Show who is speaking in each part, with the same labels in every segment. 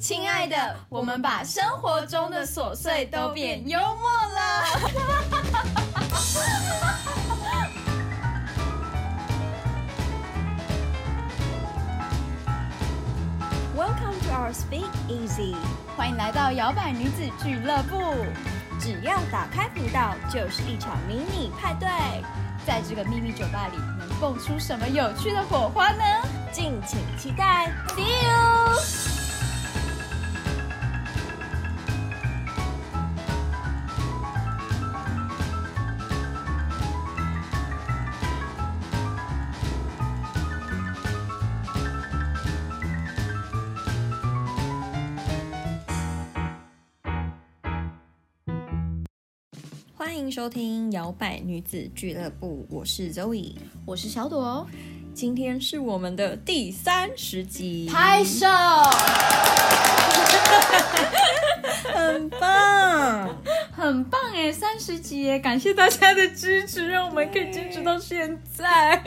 Speaker 1: 亲爱的，我们把生活中的琐碎都变幽默了。
Speaker 2: Welcome to our Speak Easy，
Speaker 1: 欢迎来到摇摆女子俱乐部，
Speaker 2: 只要打开频道，就是一场迷你派对，
Speaker 1: 在这个秘密酒吧里，能蹦出什么有趣的火花呢
Speaker 2: 敬请期待。
Speaker 1: ？See you。
Speaker 2: 欢迎收听摇摆女子俱乐部，我是 Zoe，
Speaker 1: 我是小朵，哦
Speaker 2: 今天是我们的第三十集，
Speaker 1: 拍手。
Speaker 2: 很棒。
Speaker 1: 很棒哎，三十集耶！感谢大家的支持，让我们可以坚持到现 在。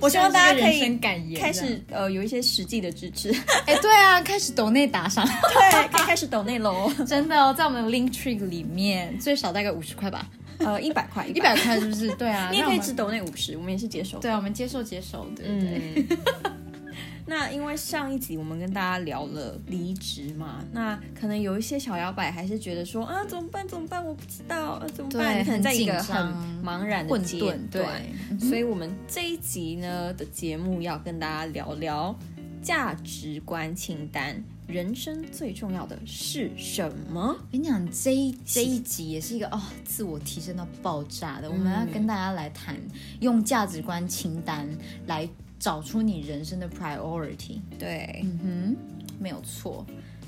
Speaker 2: 我希望大家可
Speaker 1: 像是个人生
Speaker 2: 以
Speaker 1: 感言
Speaker 2: 开始呃有一些实际的支持，
Speaker 1: 哎、对啊，开始抖内打赏，
Speaker 2: 对，可以开始抖内喽，
Speaker 1: 真的哦，在我们的 Link Tree 里面最少大概五十块吧，
Speaker 2: 呃，一百块，
Speaker 1: 一百块是不是？对啊，
Speaker 2: 你也
Speaker 1: 那
Speaker 2: 可
Speaker 1: 我
Speaker 2: 以
Speaker 1: 们
Speaker 2: 只抖内五十，我们也是接受。
Speaker 1: 对啊，我们接受接受，对不对？
Speaker 2: 嗯， 那因为上一集我们跟大家聊了离职嘛，那可能有一些小摇摆还是觉得说啊怎么办怎么办我不知道啊怎么办，
Speaker 1: 对
Speaker 2: 你可能在一个
Speaker 1: 很紧
Speaker 2: 很
Speaker 1: 张
Speaker 2: 茫然的
Speaker 1: 混
Speaker 2: 阶
Speaker 1: 沌对
Speaker 2: 段，所以我们这一集呢的节目要跟大家聊聊价值观清单，人生最重要的是什么？
Speaker 1: 我跟哎你讲，这一这一集也是一个哦，自我提升到爆炸
Speaker 2: 嗯
Speaker 1: 的。我们要跟大家来谈，用价值观清单来找出你人生的 priority。
Speaker 2: 对，
Speaker 1: 嗯哼，没有错。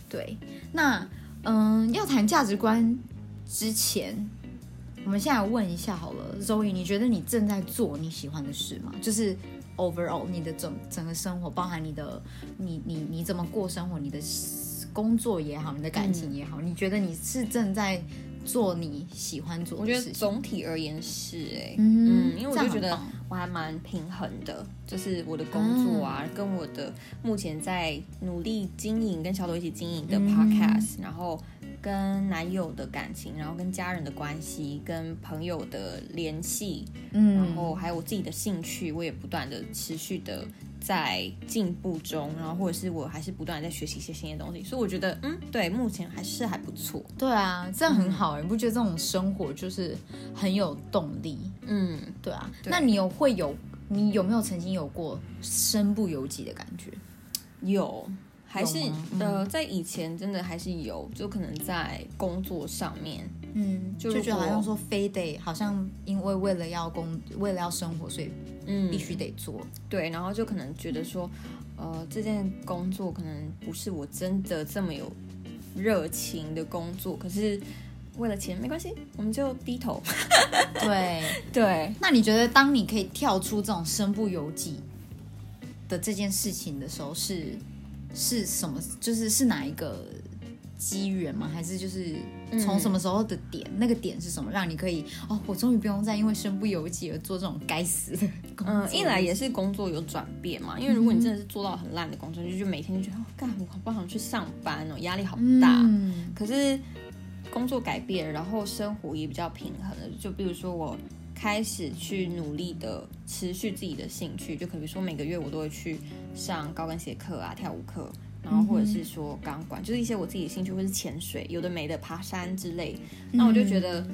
Speaker 1: 对，那嗯，要谈价值观之前，我们现在问一下好了，Zoe，你觉得你正在做你喜欢的事吗？就是 overall 你的整整个生活，包含你的你你你怎么过生活，你的工作也好，你的感情也好，你觉得你是正在做你喜欢做
Speaker 2: 我
Speaker 1: 的
Speaker 2: 觉
Speaker 1: 事
Speaker 2: 得
Speaker 1: 情？
Speaker 2: 总体而言是哎、
Speaker 1: 嗯
Speaker 2: 嗯，因为我
Speaker 1: 这样很
Speaker 2: 就觉得
Speaker 1: 棒
Speaker 2: 我还蛮平衡的，就是我的工作啊，跟我的目前在努力经营跟小朵一起经营的 podcast，、然后跟男友的感情，然后跟家人的关系，跟朋友的联系，然
Speaker 1: 嗯，
Speaker 2: 后还有我自己的兴趣，我也不断的持续的在进步中，然后或者是我还是不断地在学习一些新的东西，所以我觉得嗯，对，目前还是还不错，
Speaker 1: 对啊，这样很好、欸，你不觉得这种生活就是很有动力？
Speaker 2: 嗯。
Speaker 1: 对啊，那你有会有你有没有曾经有过身不由己的感觉？
Speaker 2: 有，还是
Speaker 1: 有吗嗯
Speaker 2: 呃，在以前真的还是有，就可能在工作上面，
Speaker 1: 嗯，就
Speaker 2: 如
Speaker 1: 觉得好
Speaker 2: 果
Speaker 1: 像说非得好像因为为了要工为了要生活，所以
Speaker 2: 嗯，
Speaker 1: 必须得做。
Speaker 2: 对，然后就可能觉得说，呃，这件工作可能不是我真的这么有热情的工作，可是为了钱没关系，我们就低头。
Speaker 1: 对，
Speaker 2: 对，
Speaker 1: 那你觉得当你可以跳出这种身不由己的这件事情的时候是，是什么？就是是哪一个机缘吗？还是就是从什么时候的点？那个点是什么，让你可以哦，我终于不用再因为身不由己而做这种该死的工作？嗯
Speaker 2: 嗯、一来也是工作有转变嘛，因为如果你真的是做到很烂的工作，你就就每天就觉得，哦，干，我好不想去上班哦，压力好大。
Speaker 1: 嗯
Speaker 2: 可是工作改变，然后生活也比较平衡了。就比如说我开始去努力的持续自己的兴趣，就可比如说每个月我都会去上高跟鞋课啊、跳舞课，然后或者是说钢管，就是一些我自己的兴趣，或是潜水，有的没的，爬山之类。那我就觉得，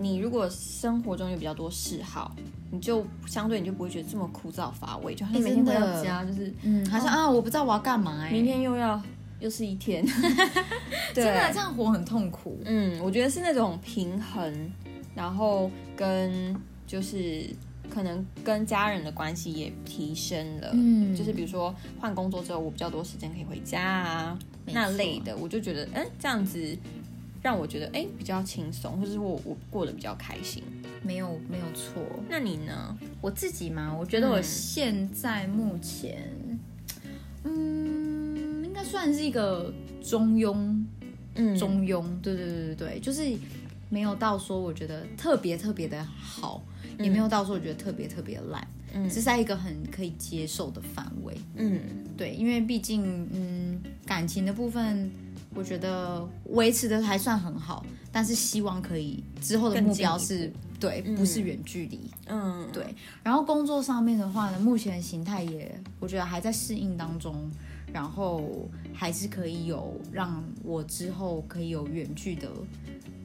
Speaker 2: 你如果生活中有比较多嗜好，你就相对你就不会觉得这么枯燥乏味，就好像
Speaker 1: 欸
Speaker 2: 每天回
Speaker 1: 真的
Speaker 2: 到家就是
Speaker 1: 嗯，好像、啊，我不知道我要干嘛哎、
Speaker 2: 明天又要又是一天， 对
Speaker 1: 真的这样活很痛苦。
Speaker 2: 嗯，我觉得是那种平衡，然后跟就是可能跟家人的关系也提升了。
Speaker 1: 嗯
Speaker 2: 就是比如说换工作之后，我比较多时间可以回家啊
Speaker 1: 没
Speaker 2: 那
Speaker 1: 错
Speaker 2: 类的，我就觉得嗯这样子让我觉得哎比较轻松，或者是我我过得比较开心。
Speaker 1: 没有没有错，
Speaker 2: 那你呢？
Speaker 1: 我自己嘛，我觉得我现在目前，嗯，应该算是一个中庸，
Speaker 2: 嗯
Speaker 1: 中庸，对对对对对，就是没有到说我觉得特别特别的好，也没有到说我觉得特别特别烂，
Speaker 2: 嗯
Speaker 1: 只是在一个很可以接受的范围。
Speaker 2: 嗯
Speaker 1: 对，因为毕竟，嗯，感情的部分，我觉得维持的还算很好，但是希望可以之后的
Speaker 2: 更
Speaker 1: 目
Speaker 2: 进一
Speaker 1: 标
Speaker 2: 步
Speaker 1: 是对，
Speaker 2: 嗯
Speaker 1: 不是远距离。
Speaker 2: 嗯，
Speaker 1: 对然后工作上面的话呢，目前形态也我觉得还在适应当中，然后还是可以有让我之后可以有远距的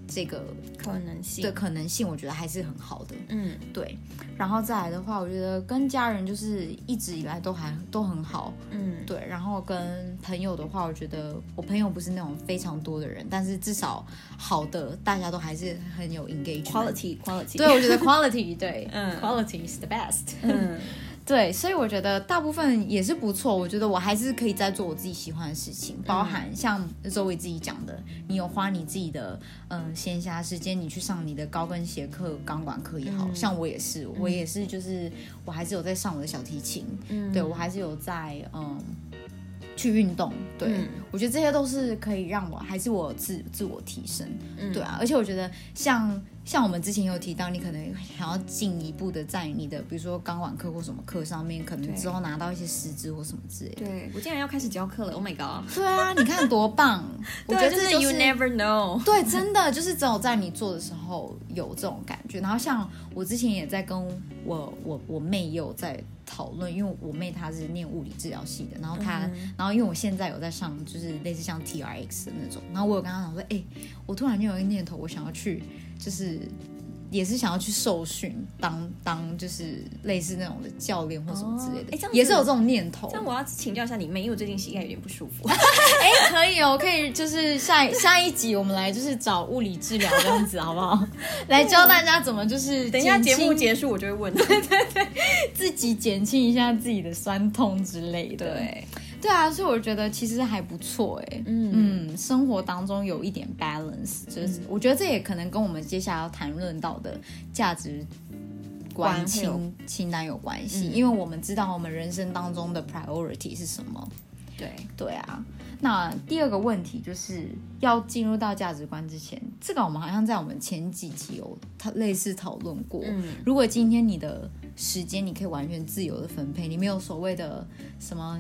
Speaker 1: 这个
Speaker 2: 可能性
Speaker 1: 的可能性，我觉得还是很好的。
Speaker 2: 嗯
Speaker 1: 对，然后再来的话，我觉得跟家人就是一直以来都还都很好，
Speaker 2: 嗯，
Speaker 1: 对。然后跟朋友的话，我觉得我朋友不是那种非常多的人，但是至少好的大家都还是很有 engage
Speaker 2: quality quality，
Speaker 1: 对，我觉得 quality 对，
Speaker 2: 嗯
Speaker 1: quality is the best。
Speaker 2: 嗯
Speaker 1: 对，所以我觉得大部分也是不错。我觉得我还是可以在做我自己喜欢的事情，包
Speaker 2: 嗯
Speaker 1: 含像周伟自己讲的，你有花你自己的嗯闲暇时间，你去上你的高跟鞋课、钢管课也
Speaker 2: 嗯
Speaker 1: 好、像我也是，我也是，就是我还是有在上我的小提琴，
Speaker 2: 嗯
Speaker 1: 对我还是有在嗯去运动。对、
Speaker 2: 嗯
Speaker 1: 我觉得这些都是可以让我还是我自自我提升。
Speaker 2: 嗯
Speaker 1: 对啊，而且我觉得像像我们之前有提到，你可能想要进一步的在你的比如说钢管课或什么课上面，可能
Speaker 2: 对
Speaker 1: 之后拿到一些师资或什么之类的。
Speaker 2: 对，我竟然要开始教课了，Oh my god！
Speaker 1: 对啊，你看多 棒！我觉得
Speaker 2: 对啊
Speaker 1: 这
Speaker 2: 就是
Speaker 1: 就
Speaker 2: you never know，
Speaker 1: 对，真的就是只有在你做的时候有这种感觉。然后像我之前也在跟我我我妹也有在讨论，因为我妹她是念物理治疗系的，然后
Speaker 2: 嗯
Speaker 1: 她、然后因为我现在有在上就是类似像 T R X 的那种，然后我有跟她讲说，哎、我突然间有一个念头，我想要去就是。也是想要去受训，当当就是类似那种的教练或什么之类
Speaker 2: 哦
Speaker 1: 的，
Speaker 2: 哎这样
Speaker 1: 也是
Speaker 2: 子
Speaker 1: 有这种念头。
Speaker 2: 但我要请教一下你妹，因为我最近膝盖有点不舒 服。
Speaker 1: 哎、可以哦，可以，就是下一下一集我们来就是找物理治疗这样子，好不 好？来教大家怎么就是
Speaker 2: 等一下节
Speaker 1: 减轻
Speaker 2: 目结束，我就会问你。
Speaker 1: 自己减轻一下自己的酸痛之类的。
Speaker 2: 对，
Speaker 1: 对啊，所以我觉得其实还不错哎、
Speaker 2: 嗯
Speaker 1: 嗯，生活当中有一点 balance，就是、我觉得这也可能跟我们接下来要谈论到的价值观
Speaker 2: 观会有
Speaker 1: 清清单有关系，
Speaker 2: 嗯
Speaker 1: 因为我们知道我们人生当中的 priority 是什么。
Speaker 2: 对，
Speaker 1: 对啊，那第二个问题就是要进入到价值观之前，这个我们好像在我们前几集有讨类似讨论过。
Speaker 2: 嗯
Speaker 1: 如果今天你的时间你可以完全自由的分配，你没有所谓的什么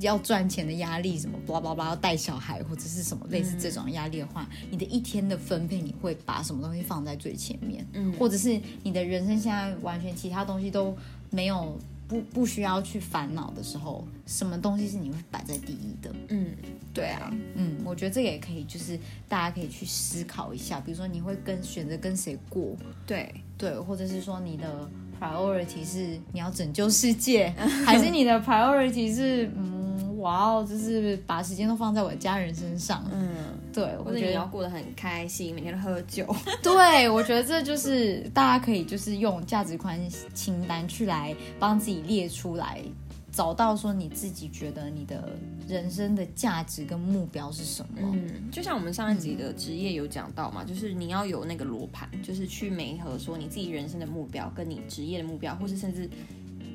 Speaker 1: 要赚钱的压力，什么巴拉巴拉要带小孩或者是什么类似这种压力的话，你的一天的分配你会把什么东西放在最前面？
Speaker 2: 嗯
Speaker 1: 或者是你的人生现在完全其他东西都没有不不需要去烦恼的时候，什么东西是你会摆在第一的？
Speaker 2: 嗯，
Speaker 1: 对啊，嗯，我觉得这个也可以，就是大家可以去思考一下，比如说你会跟选择跟谁过，
Speaker 2: 对，
Speaker 1: 对，或者是说你的 priority 是你要拯救世 界，还是你的 priority 是嗯，哇哦，就是把时间都放在我的家人身上，
Speaker 2: 嗯，
Speaker 1: 对
Speaker 2: 或
Speaker 1: 我
Speaker 2: 者
Speaker 1: 觉
Speaker 2: 你
Speaker 1: 得
Speaker 2: 要过得很开心，每天都喝酒。
Speaker 1: 对，我觉得这就是大家可以就是用价值观清单去来帮自己列出来，找到说你自己觉得你的人生的价值跟目标是什么。
Speaker 2: 嗯，就像我们上一集的职业有讲到嘛，就是你要有那个罗盘，就是去媒合说你自己人生的目标跟你职业的目标，或是甚至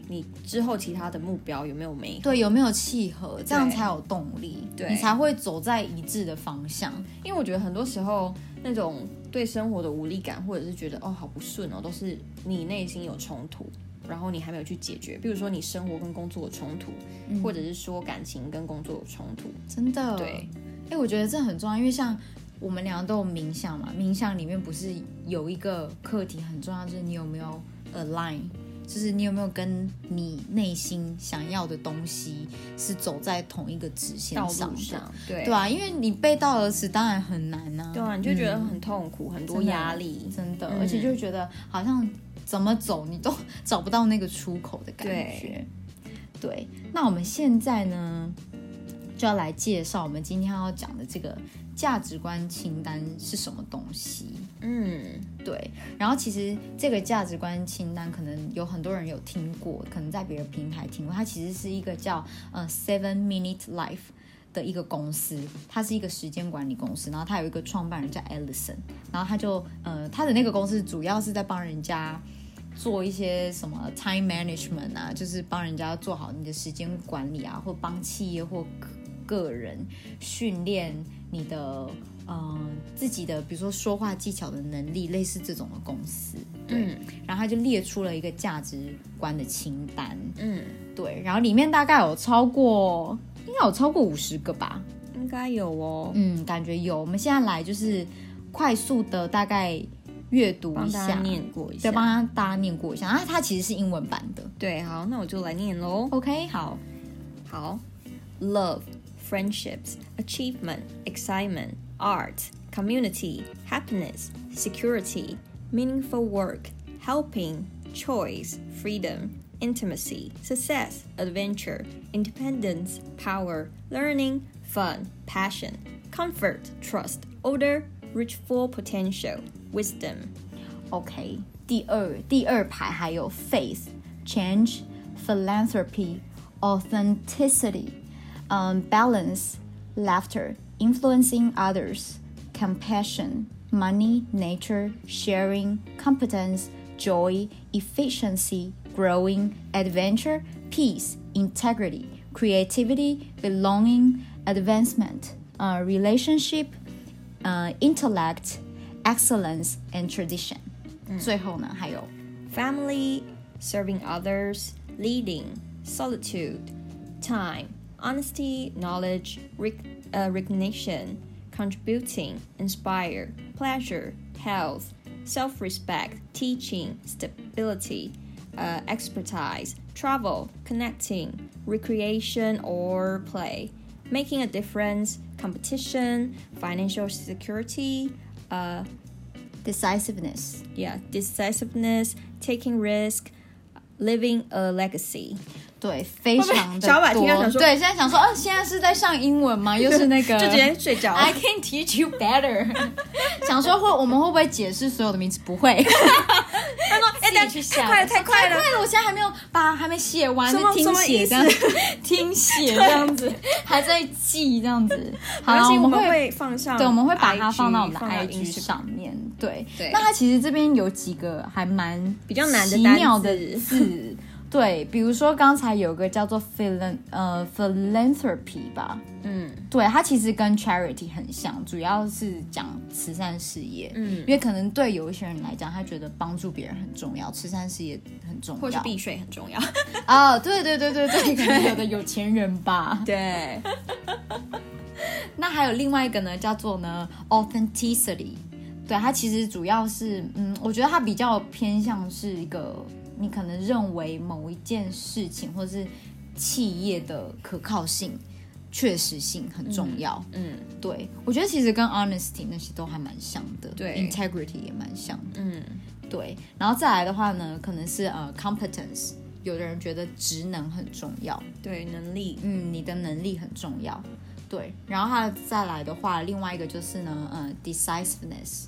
Speaker 2: 你之后其他的目标有没有媒合？
Speaker 1: 对，有没有契合，这样
Speaker 2: 对
Speaker 1: 才有动力，
Speaker 2: 对
Speaker 1: 你才会走在一致的方向。
Speaker 2: 因为我觉得很多时候那种对生活的无力感，或者是觉得哦好不顺哦，都是你内心有冲突，然后你还没有去解决。比如说你生活跟工作有冲突，
Speaker 1: 嗯
Speaker 2: 或者是说感情跟工作有冲突。
Speaker 1: 真的，
Speaker 2: 对，
Speaker 1: 哎、我觉得这很重要，因为像我们俩都有冥想嘛，冥想里面不是有一个课题很重要，就是你有没有 align，就是你有没有跟你内心想要的东西是走在同一个直线
Speaker 2: 道
Speaker 1: 上
Speaker 2: 路
Speaker 1: 的，
Speaker 2: 上，对
Speaker 1: 对啊，因为你背道而驰当然很难啊，
Speaker 2: 对啊，你就觉得
Speaker 1: 嗯
Speaker 2: 很痛苦，很多
Speaker 1: 真的
Speaker 2: 压力。
Speaker 1: 真的，
Speaker 2: 嗯
Speaker 1: 而且就觉得好像怎么走你都找不到那个出口的感觉。对，那我们现在呢，就要来介绍我们今天要讲的这个价值观清单是什么东西。
Speaker 2: 嗯，
Speaker 1: 对，然后其实这个价值观清单可能有很多人有听过，可能在别的平台听过，它其实是一个叫呃 Seven Minute Life。的一个公司，它是一个时间管理公司，然后它有一个创办人叫 Ellison，然后他就呃，他的那个公司主要是在帮人家做一些什么 time management 啊，就是帮人家做好你的时间管理啊，或帮企业或个个人训练你的呃自己的，比如说说话技巧的能力，类似这种的公司。对，
Speaker 2: 嗯
Speaker 1: 然后他就列出了一个价值观的清单，
Speaker 2: 嗯，
Speaker 1: 对，然后里面大概有超过，应该有超过五十个吧。
Speaker 2: 应该有哦。
Speaker 1: 嗯，感觉有。我们现在来就是快速的大概阅读一
Speaker 2: 帮大
Speaker 1: 下
Speaker 2: 家，念过一
Speaker 1: 对，帮
Speaker 2: 下。
Speaker 1: 他大家念过一下。啊，它其实是英文版的。
Speaker 2: 对，好，那我就来念喽。
Speaker 1: OK，
Speaker 2: 好，好，love, friendships, achievement, excitement, art, community, happiness, security, meaningful work, helping, choice, freedom, intimacy, success, adventure, independence, power, learning, fun, passion, comfort, trust, order, reach for potential, wisdom.
Speaker 1: OK，第二第二排还有 faith、change、philanthropy、authenticity、嗯、balance、laughter、influencing others、compassion、money、nature、sharing、competence、joy、efficiency、growing、adventure、peace、integrity、creativity、belonging、advancement、呃 relationship、呃 intellect、excellence and tradition。最
Speaker 2: 嗯
Speaker 1: 后呢，还有
Speaker 2: family, serving others, leading, solitude, time, honesty, knowledge, rec- uh, recognition, contributing, inspire, pleasure, health, self respect, teaching, stability, uh, expertise, travel, connecting, recreation or play, making a difference, competition, financial security, uh,
Speaker 1: decisiveness。
Speaker 2: yeah, decisiveness, taking risk, living a legacy.
Speaker 1: 对，非常的
Speaker 2: 小
Speaker 1: 多。
Speaker 2: 婉听到想说
Speaker 1: 对，现在想说，哦，现在是在上英文 吗？又是那个，
Speaker 2: 就直接睡着
Speaker 1: I can teach you better 。 想说会，我们会不会解释所有的名词？不会。
Speaker 2: 他说：“哎、
Speaker 1: 自
Speaker 2: 但
Speaker 1: 己去下
Speaker 2: 快了，太快
Speaker 1: 太
Speaker 2: 了。
Speaker 1: 快了！我现在还没有把还没写完，
Speaker 2: 什么
Speaker 1: 就听写这样
Speaker 2: 什么意，
Speaker 1: 听 写这样子，还在记这样子。好
Speaker 2: 没关
Speaker 1: 了，
Speaker 2: 系”
Speaker 1: 我
Speaker 2: 我
Speaker 1: 们
Speaker 2: 们
Speaker 1: 会
Speaker 2: 会放上 IG，
Speaker 1: 对，我们会把它放到我们的
Speaker 2: 放
Speaker 1: IG
Speaker 2: Instagram
Speaker 1: 上面。对，
Speaker 2: 对
Speaker 1: 那它其实这边有几个还蛮
Speaker 2: 比较难的
Speaker 1: 奇
Speaker 2: 单
Speaker 1: 妙的
Speaker 2: 字
Speaker 1: 字。对，比如说刚才有个叫做 philan 呃 philanthropy 吧，
Speaker 2: 嗯，
Speaker 1: 对，它其实跟 charity 很像，主要是讲慈善事业。
Speaker 2: 嗯
Speaker 1: 因为可能对有一些人来讲，他觉得帮助别人很重要，慈善事业很重要。
Speaker 2: 或是避税很重要。
Speaker 1: 哦，对对对对对，可能有的有钱人吧。
Speaker 2: 对，
Speaker 1: 那还有另外一个呢，叫做呢 authenticity，对它其实主要是，嗯，我觉得它比较偏向是一个你可能认为某一件事情或是企业的可靠性、确实性很重要。
Speaker 2: 嗯
Speaker 1: 对我觉得其实跟 honesty 那些都还蛮像的，
Speaker 2: 对
Speaker 1: ，integrity 也蛮像的。
Speaker 2: 嗯，
Speaker 1: 对，然后再来的话呢，可能是呃 competence，有的人觉得职能很重要，
Speaker 2: 对，能力，
Speaker 1: 嗯，你的能力很重要。对，然后它再来的话，另外一个就是呢，呃，decisiveness，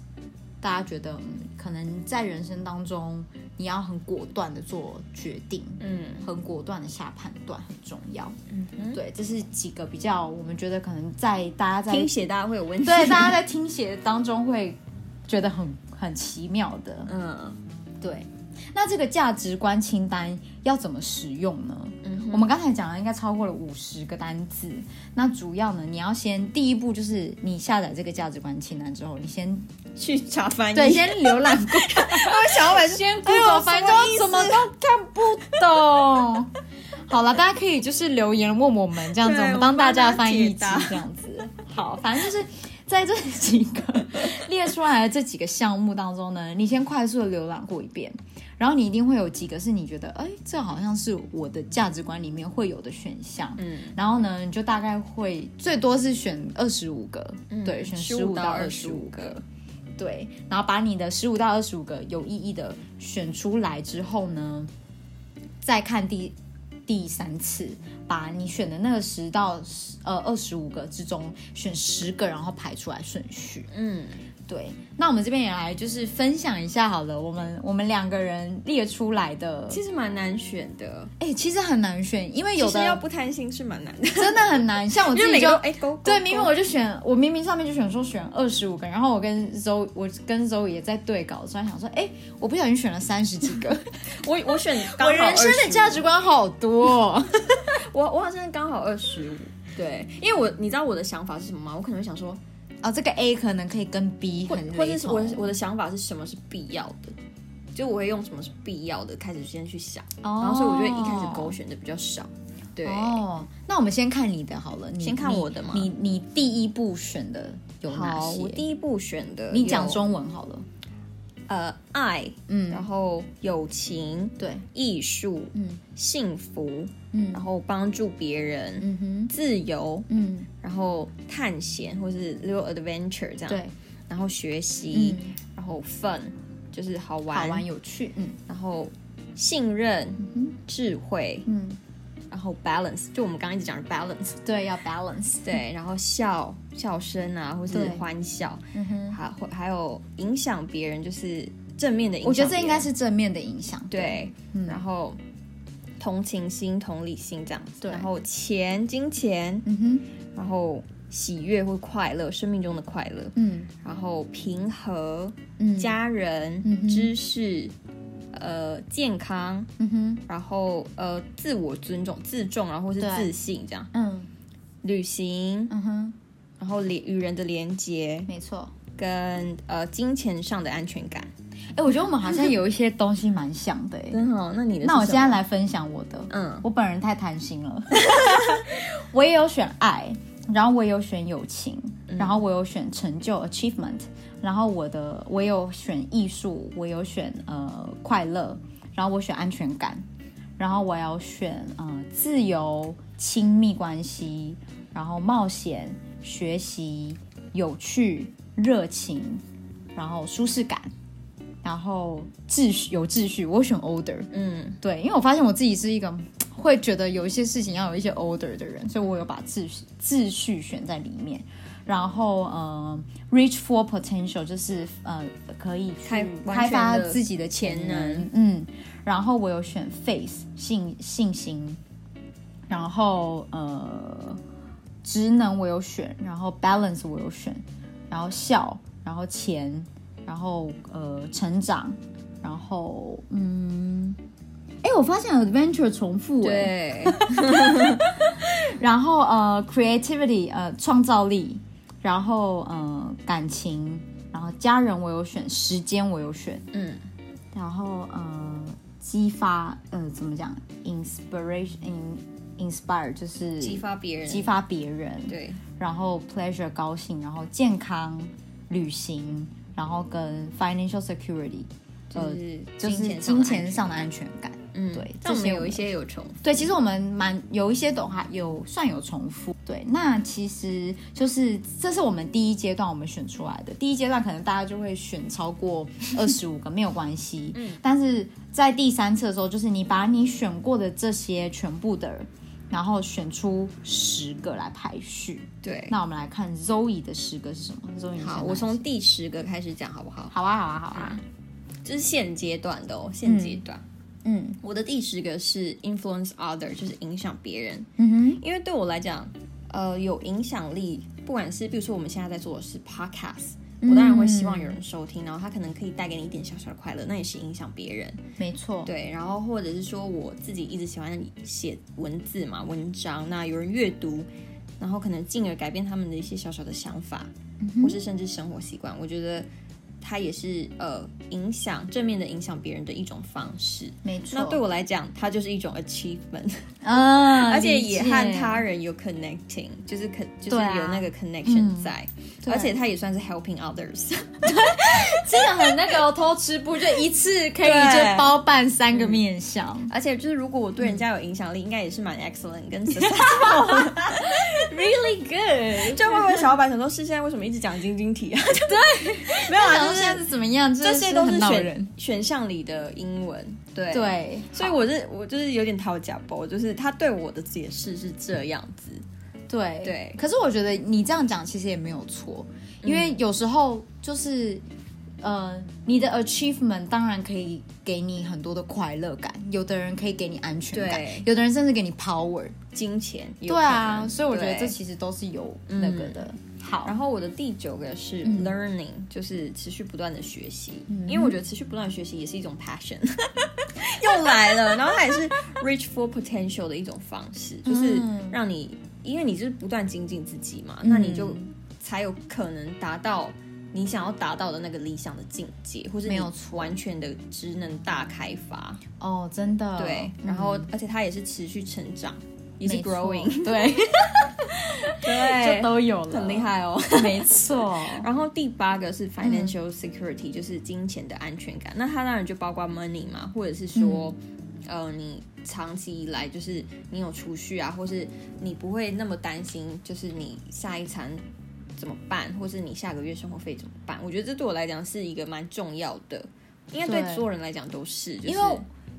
Speaker 1: 大家觉得、嗯、可能在人生当中，你要很果断的做决定，
Speaker 2: 嗯
Speaker 1: 很果断的下判断很重要。
Speaker 2: 嗯哼，
Speaker 1: 对，这是几个比较我们觉得可能在大家在
Speaker 2: 听写大家会有问题。
Speaker 1: 对大家在听写当中会觉得很很奇妙的，
Speaker 2: 嗯
Speaker 1: 对，那这个价值观清单要怎么使用呢？
Speaker 2: 嗯
Speaker 1: 我们刚才讲了，应该超过了五十个单字。那主要呢，你要先第一步就是你下载这个价值观清单之后，你先
Speaker 2: 去查翻译。
Speaker 1: 对，先浏览 过，
Speaker 2: 小 婉
Speaker 1: 先
Speaker 2: 哎呦
Speaker 1: Google 翻译，
Speaker 2: 什
Speaker 1: 怎
Speaker 2: 么
Speaker 1: 么
Speaker 2: 意思
Speaker 1: 都看不懂。好了，大家可以就是留言问我们这样子，
Speaker 2: 对
Speaker 1: 我们帮大家
Speaker 2: 我们帮大家
Speaker 1: 翻译
Speaker 2: 解
Speaker 1: 机
Speaker 2: 答
Speaker 1: 这样子。好，反正就是在这几个列出来的这几个项目当中呢，你先快速的浏览过一遍，然后你一定会有几个是你觉得，哎，这好像是我的价值观里面会有的选项。
Speaker 2: 嗯
Speaker 1: 然后呢，你就大概会最多是选二十五个，对，选十
Speaker 2: 15
Speaker 1: 五
Speaker 2: 嗯到
Speaker 1: 二十
Speaker 2: 25
Speaker 1: 五个，对，然后把你的十五到二十五个有意义的选出来之后呢，再看第第三次，把你选的那个十到10呃二十五个之中选十个，然后排出来顺序。
Speaker 2: 嗯，
Speaker 1: 对，那我们这边也来就是分享一下好了，我们我们两个人列出来的，
Speaker 2: 其实蛮难选的，
Speaker 1: 哎、其实很难选，因为有
Speaker 2: 其实要
Speaker 1: 的
Speaker 2: 不贪心是蛮难的，
Speaker 1: 真的很难，像我
Speaker 2: 因为
Speaker 1: 自己
Speaker 2: 每个
Speaker 1: 就
Speaker 2: 都哎勾勾
Speaker 1: 对，
Speaker 2: 勾
Speaker 1: 明明我就选，我明明上面就选说选二十五个，然后我跟周，我跟周也在对稿的时候还想说，哎，我不小心选了三十几个，
Speaker 2: 我我选刚好
Speaker 1: 我人生的
Speaker 2: 25
Speaker 1: 价值观好多、哦。
Speaker 2: 我我好像刚好二十五，对，因为我你知道我的想法是什么吗？我可能会想说，
Speaker 1: 啊，这个 A 可能可以跟 B
Speaker 2: 或
Speaker 1: 很
Speaker 2: 或者
Speaker 1: 雷
Speaker 2: 是
Speaker 1: 同
Speaker 2: 我的我的想法是什么是必要的，就我会用什么是必要的开始先去想，
Speaker 1: 哦
Speaker 2: 哦然后所以我觉得一开始勾选的比较少，对，
Speaker 1: 哦，那我们先看你的好了，你
Speaker 2: 先看
Speaker 1: 你
Speaker 2: 我的嘛
Speaker 1: 你你第一步选的有哪
Speaker 2: 好，我
Speaker 1: 些？
Speaker 2: 第一步选的
Speaker 1: 你
Speaker 2: 有
Speaker 1: 讲中文好了。
Speaker 2: 呃爱，
Speaker 1: 嗯，
Speaker 2: 然后友情、
Speaker 1: 对，
Speaker 2: 艺术、
Speaker 1: 嗯
Speaker 2: 幸福，
Speaker 1: 嗯
Speaker 2: 然后帮助别人、
Speaker 1: 嗯哼，
Speaker 2: 自由，
Speaker 1: 嗯，
Speaker 2: 然后探险或是 little adventure 这样，
Speaker 1: 对，
Speaker 2: 然后学习，
Speaker 1: 嗯，
Speaker 2: 然后 fun 就是好玩，嗯
Speaker 1: 好玩有趣，嗯
Speaker 2: 然后信任、
Speaker 1: 哼
Speaker 2: 智慧，
Speaker 1: 嗯，
Speaker 2: 然后 balance，就我们刚刚一直讲的 balance，
Speaker 1: 对，要 balance，
Speaker 2: 对，然后笑笑声啊，或是
Speaker 1: 对
Speaker 2: 欢笑，
Speaker 1: 嗯哼，
Speaker 2: 还或还有影响别人，就是正面的影响别人。
Speaker 1: 我觉得这应该是正面的影响，
Speaker 2: 对，
Speaker 1: 嗯
Speaker 2: 然后同情心、同理心这样子，
Speaker 1: 对
Speaker 2: 然后钱、金钱，
Speaker 1: 嗯哼，
Speaker 2: 然后喜悦或快乐，生命中的快乐，
Speaker 1: 嗯
Speaker 2: 然后平和、
Speaker 1: 嗯，，
Speaker 2: 家人、
Speaker 1: 嗯哼
Speaker 2: 知识，呃，健康，
Speaker 1: 嗯哼，
Speaker 2: 然后呃，自我尊重、自重，然后或是
Speaker 1: 对
Speaker 2: 自信这样，
Speaker 1: 嗯
Speaker 2: 旅行，
Speaker 1: 嗯哼，
Speaker 2: 然后连与人的连接
Speaker 1: 没错。
Speaker 2: 跟呃金钱上的安全感。
Speaker 1: 哎，我觉得我们好 像有一些东西蛮像的，哎，
Speaker 2: 真好，哦那你的
Speaker 1: 那我现在
Speaker 2: 在
Speaker 1: 来分享我的，
Speaker 2: 嗯
Speaker 1: 我本人太贪心了， 我也有选爱，然后我也有选友情，然后我有选成就 achievement，然后我的我有选艺术，我有选呃快乐，然后我选安全感，然后我要选呃自由、亲密关系，然后冒险、学习、有趣、热情，然后舒适感，然后秩序有秩序，我选 order。
Speaker 2: 嗯
Speaker 1: 对，因为我发现我自己是一个会觉得有一些事情要有一些 order 的人，所以我有把秩序秩序选在里面。然后，呃，reach for potential 就是呃，可以去
Speaker 2: 开完
Speaker 1: 开发
Speaker 2: 全的
Speaker 1: 自己的潜
Speaker 2: 潜
Speaker 1: 能，
Speaker 2: 能
Speaker 1: 嗯。然后我有选 faith 信信心，然后呃，职能我有选，然后 balance 我有选，然后笑，然后钱，然后呃成长，然后嗯，哎，我发现 adventure 重复哎，
Speaker 2: 对，
Speaker 1: 然后呃 creativity 呃创造力，然后呃感情，然后家人我有选，时间我有选，
Speaker 2: 嗯
Speaker 1: 然后呃激发呃怎么讲 inspiration in, inspire 就是
Speaker 2: 激发别人，
Speaker 1: 激发别人，
Speaker 2: 对，
Speaker 1: 然后 pleasure 高兴，然后健康旅行，然后跟 financial security
Speaker 2: 呃
Speaker 1: 就
Speaker 2: 就是
Speaker 1: 是
Speaker 2: 上
Speaker 1: 金钱
Speaker 2: 的安全，
Speaker 1: 上的安全感。
Speaker 2: 嗯，
Speaker 1: 对
Speaker 2: 但
Speaker 1: 这
Speaker 2: 我
Speaker 1: 些
Speaker 2: 们
Speaker 1: 我
Speaker 2: 有
Speaker 1: 们
Speaker 2: 一些有重复，
Speaker 1: 对，其实我们蛮有一些懂哈，有算有重复。对，那其实就是这是我们第一阶段我们选出来的。第一阶段可能大家就会选超 过二十五个，没有关系。嗯，但是在第三次的时候，就是你把你选过的这些全部的，然后选出十个来排序。
Speaker 2: 对。
Speaker 1: 那我们来看 Zoe 的十个是什么？Zoe 你先
Speaker 2: 好，
Speaker 1: 来
Speaker 2: 我从第十个开始讲好不好？
Speaker 1: 好啊，好啊，好啊。
Speaker 2: 这是现阶段的哦，现阶段。
Speaker 1: 嗯
Speaker 2: 我的第十个是 influence other，就是影响别人。
Speaker 1: 嗯哼，
Speaker 2: 因为对我来讲，呃，有影响力，不管是比如说我们现在在做的是 podcast，我当然会希望有人收听，然后他可能可以带给你一点小小的快乐，那也是影响别人。
Speaker 1: 没错。
Speaker 2: 对，然后或者是说我自己一直喜欢写文字嘛，文章，那有人阅读，然后可能进而改变他们的一些小小的想法，
Speaker 1: 嗯
Speaker 2: 或是甚至生活习惯，我觉得它也是呃影响正面的影响别人的一种方式。
Speaker 1: 没错。
Speaker 2: 那对我来讲，它就是一种 achievement，
Speaker 1: 嗯，
Speaker 2: 而且也和
Speaker 1: 理解
Speaker 2: 他人有 connecting，就是可就是
Speaker 1: 对啊
Speaker 2: 有那个 connection
Speaker 1: 嗯
Speaker 2: 在，
Speaker 1: 对
Speaker 2: 而且它也算是 helping others。
Speaker 1: 真的很那个哦偷吃不就一次可以
Speaker 2: 对嗯
Speaker 1: 就包办三个面相。
Speaker 2: 而且就是如果我对人家有影响力，应该也是蛮 excellent 跟 successful 的。
Speaker 1: Really good，
Speaker 2: 就会不会小老板想说，是现在为什么一直讲晶晶 体啊？对， 没有
Speaker 1: 然
Speaker 2: 啊，
Speaker 1: 后
Speaker 2: 就
Speaker 1: 现在
Speaker 2: 是
Speaker 1: 是怎么样？
Speaker 2: 这
Speaker 1: 这
Speaker 2: 些都
Speaker 1: 很
Speaker 2: 是
Speaker 1: 恼
Speaker 2: 选
Speaker 1: 人。
Speaker 2: 选项里的英文，对。
Speaker 1: 对，
Speaker 2: 所以我是我就是有点讨假包，就是他对我的解释是这样子，
Speaker 1: 对
Speaker 2: 对嗯
Speaker 1: 可是我觉得你这样讲其实也没有错，因为有时候就是，呃，你的 achievement 当然可以给你很多的快乐感，有的人可以给你安全感
Speaker 2: 对，
Speaker 1: 有的人甚至给你 power。
Speaker 2: 金钱有
Speaker 1: 对
Speaker 2: 可
Speaker 1: 啊，
Speaker 2: 能
Speaker 1: 所以我觉得
Speaker 2: 对
Speaker 1: 这其实都是有那个的。好，嗯
Speaker 2: 然后我的第九个是 learning，、就是持续不断的学习，因为我觉得持续不断的学习也是一种 passion，又来了。然后它也是 reach for potential 的一种方式，
Speaker 1: 嗯
Speaker 2: 就是让你，因为你就是不断精进自己嘛，那你就才有可能达到你想要达到的那个理想的境界，或是
Speaker 1: 没
Speaker 2: 你
Speaker 1: 有错
Speaker 2: 完全的职能大开发。
Speaker 1: 哦，真的，
Speaker 2: 对，然后而且它也是持续成长。也是
Speaker 1: 嗯没错
Speaker 2: growing，对 对，
Speaker 1: 就都有了，
Speaker 2: 很厉，害哦。
Speaker 1: 没错，
Speaker 2: 然后第八个
Speaker 1: 嗯
Speaker 2: 是 financial security，、就是金钱的安全感。那它当然就包括 money 嘛，或者是说，
Speaker 1: 嗯
Speaker 2: 呃，你长期以来就是你有储蓄啊，或是你不会那么担心，就是你下一餐怎么办，或是你下个月生活费怎么办。我觉得这对我来讲是一个蛮重要的，应该对
Speaker 1: 对
Speaker 2: 所有人来讲都是，就是、
Speaker 1: 因为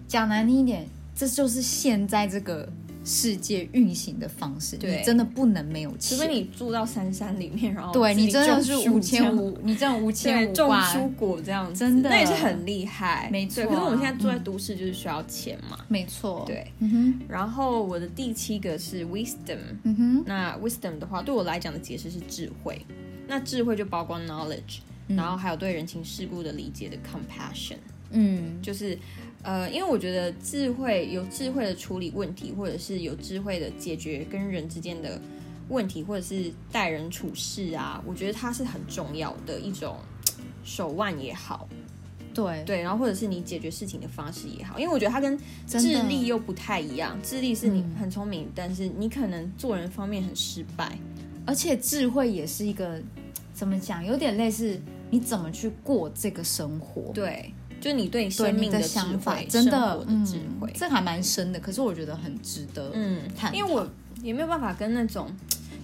Speaker 1: 讲难听一点，这就是现在这个世界运行的方式，
Speaker 2: 对
Speaker 1: 你真的不能没有
Speaker 2: 除
Speaker 1: 钱，
Speaker 2: 非你住到山山里面，然后
Speaker 1: 对
Speaker 2: 哦自己
Speaker 1: 你真的是
Speaker 2: 种
Speaker 1: 无
Speaker 2: 树这
Speaker 1: 钱
Speaker 2: 样
Speaker 1: 无，你真的无钱
Speaker 2: 对，
Speaker 1: 无
Speaker 2: 种
Speaker 1: 挂，
Speaker 2: 蔬果这样子，
Speaker 1: 真的
Speaker 2: 那也是很厉害，
Speaker 1: 没错啊
Speaker 2: 对可是我们现在住在都市，就是需要钱嘛。
Speaker 1: 没错，，
Speaker 2: 对，
Speaker 1: 嗯哼，
Speaker 2: 然后我的第七个是 wisdom，
Speaker 1: 嗯哼，
Speaker 2: 那 wisdom 的话，对我来讲的解释是智慧。那智慧就包括 knowledge，、然后还有对人情世故的理解的 compassion，
Speaker 1: 嗯，
Speaker 2: 就是呃，因为我觉得智慧有智慧的处理问题，或者是有智慧的解决跟人之间的问题，或者是待人处事啊，我觉得它是很重要的一种手腕也好，
Speaker 1: 对，
Speaker 2: 对，然后或者是你解决事情的方式也好，因为我觉得它跟
Speaker 1: 真
Speaker 2: 智
Speaker 1: 的
Speaker 2: 力又不太一样，智力是你
Speaker 1: 嗯
Speaker 2: 很聪明，但是你可能做人方面很失败，
Speaker 1: 而且智慧也是一个怎么讲，有点类似你怎么去过这个生活，
Speaker 2: 对，就你对
Speaker 1: 对，
Speaker 2: 生
Speaker 1: 你
Speaker 2: 命
Speaker 1: 的
Speaker 2: 智
Speaker 1: 想法
Speaker 2: 慧，
Speaker 1: 真
Speaker 2: 生
Speaker 1: 的
Speaker 2: 活，的
Speaker 1: 嗯
Speaker 2: 智慧，，
Speaker 1: 这还蛮深的，可是我觉得很值得，
Speaker 2: 嗯，
Speaker 1: 探讨
Speaker 2: 因为我也没有办法跟那种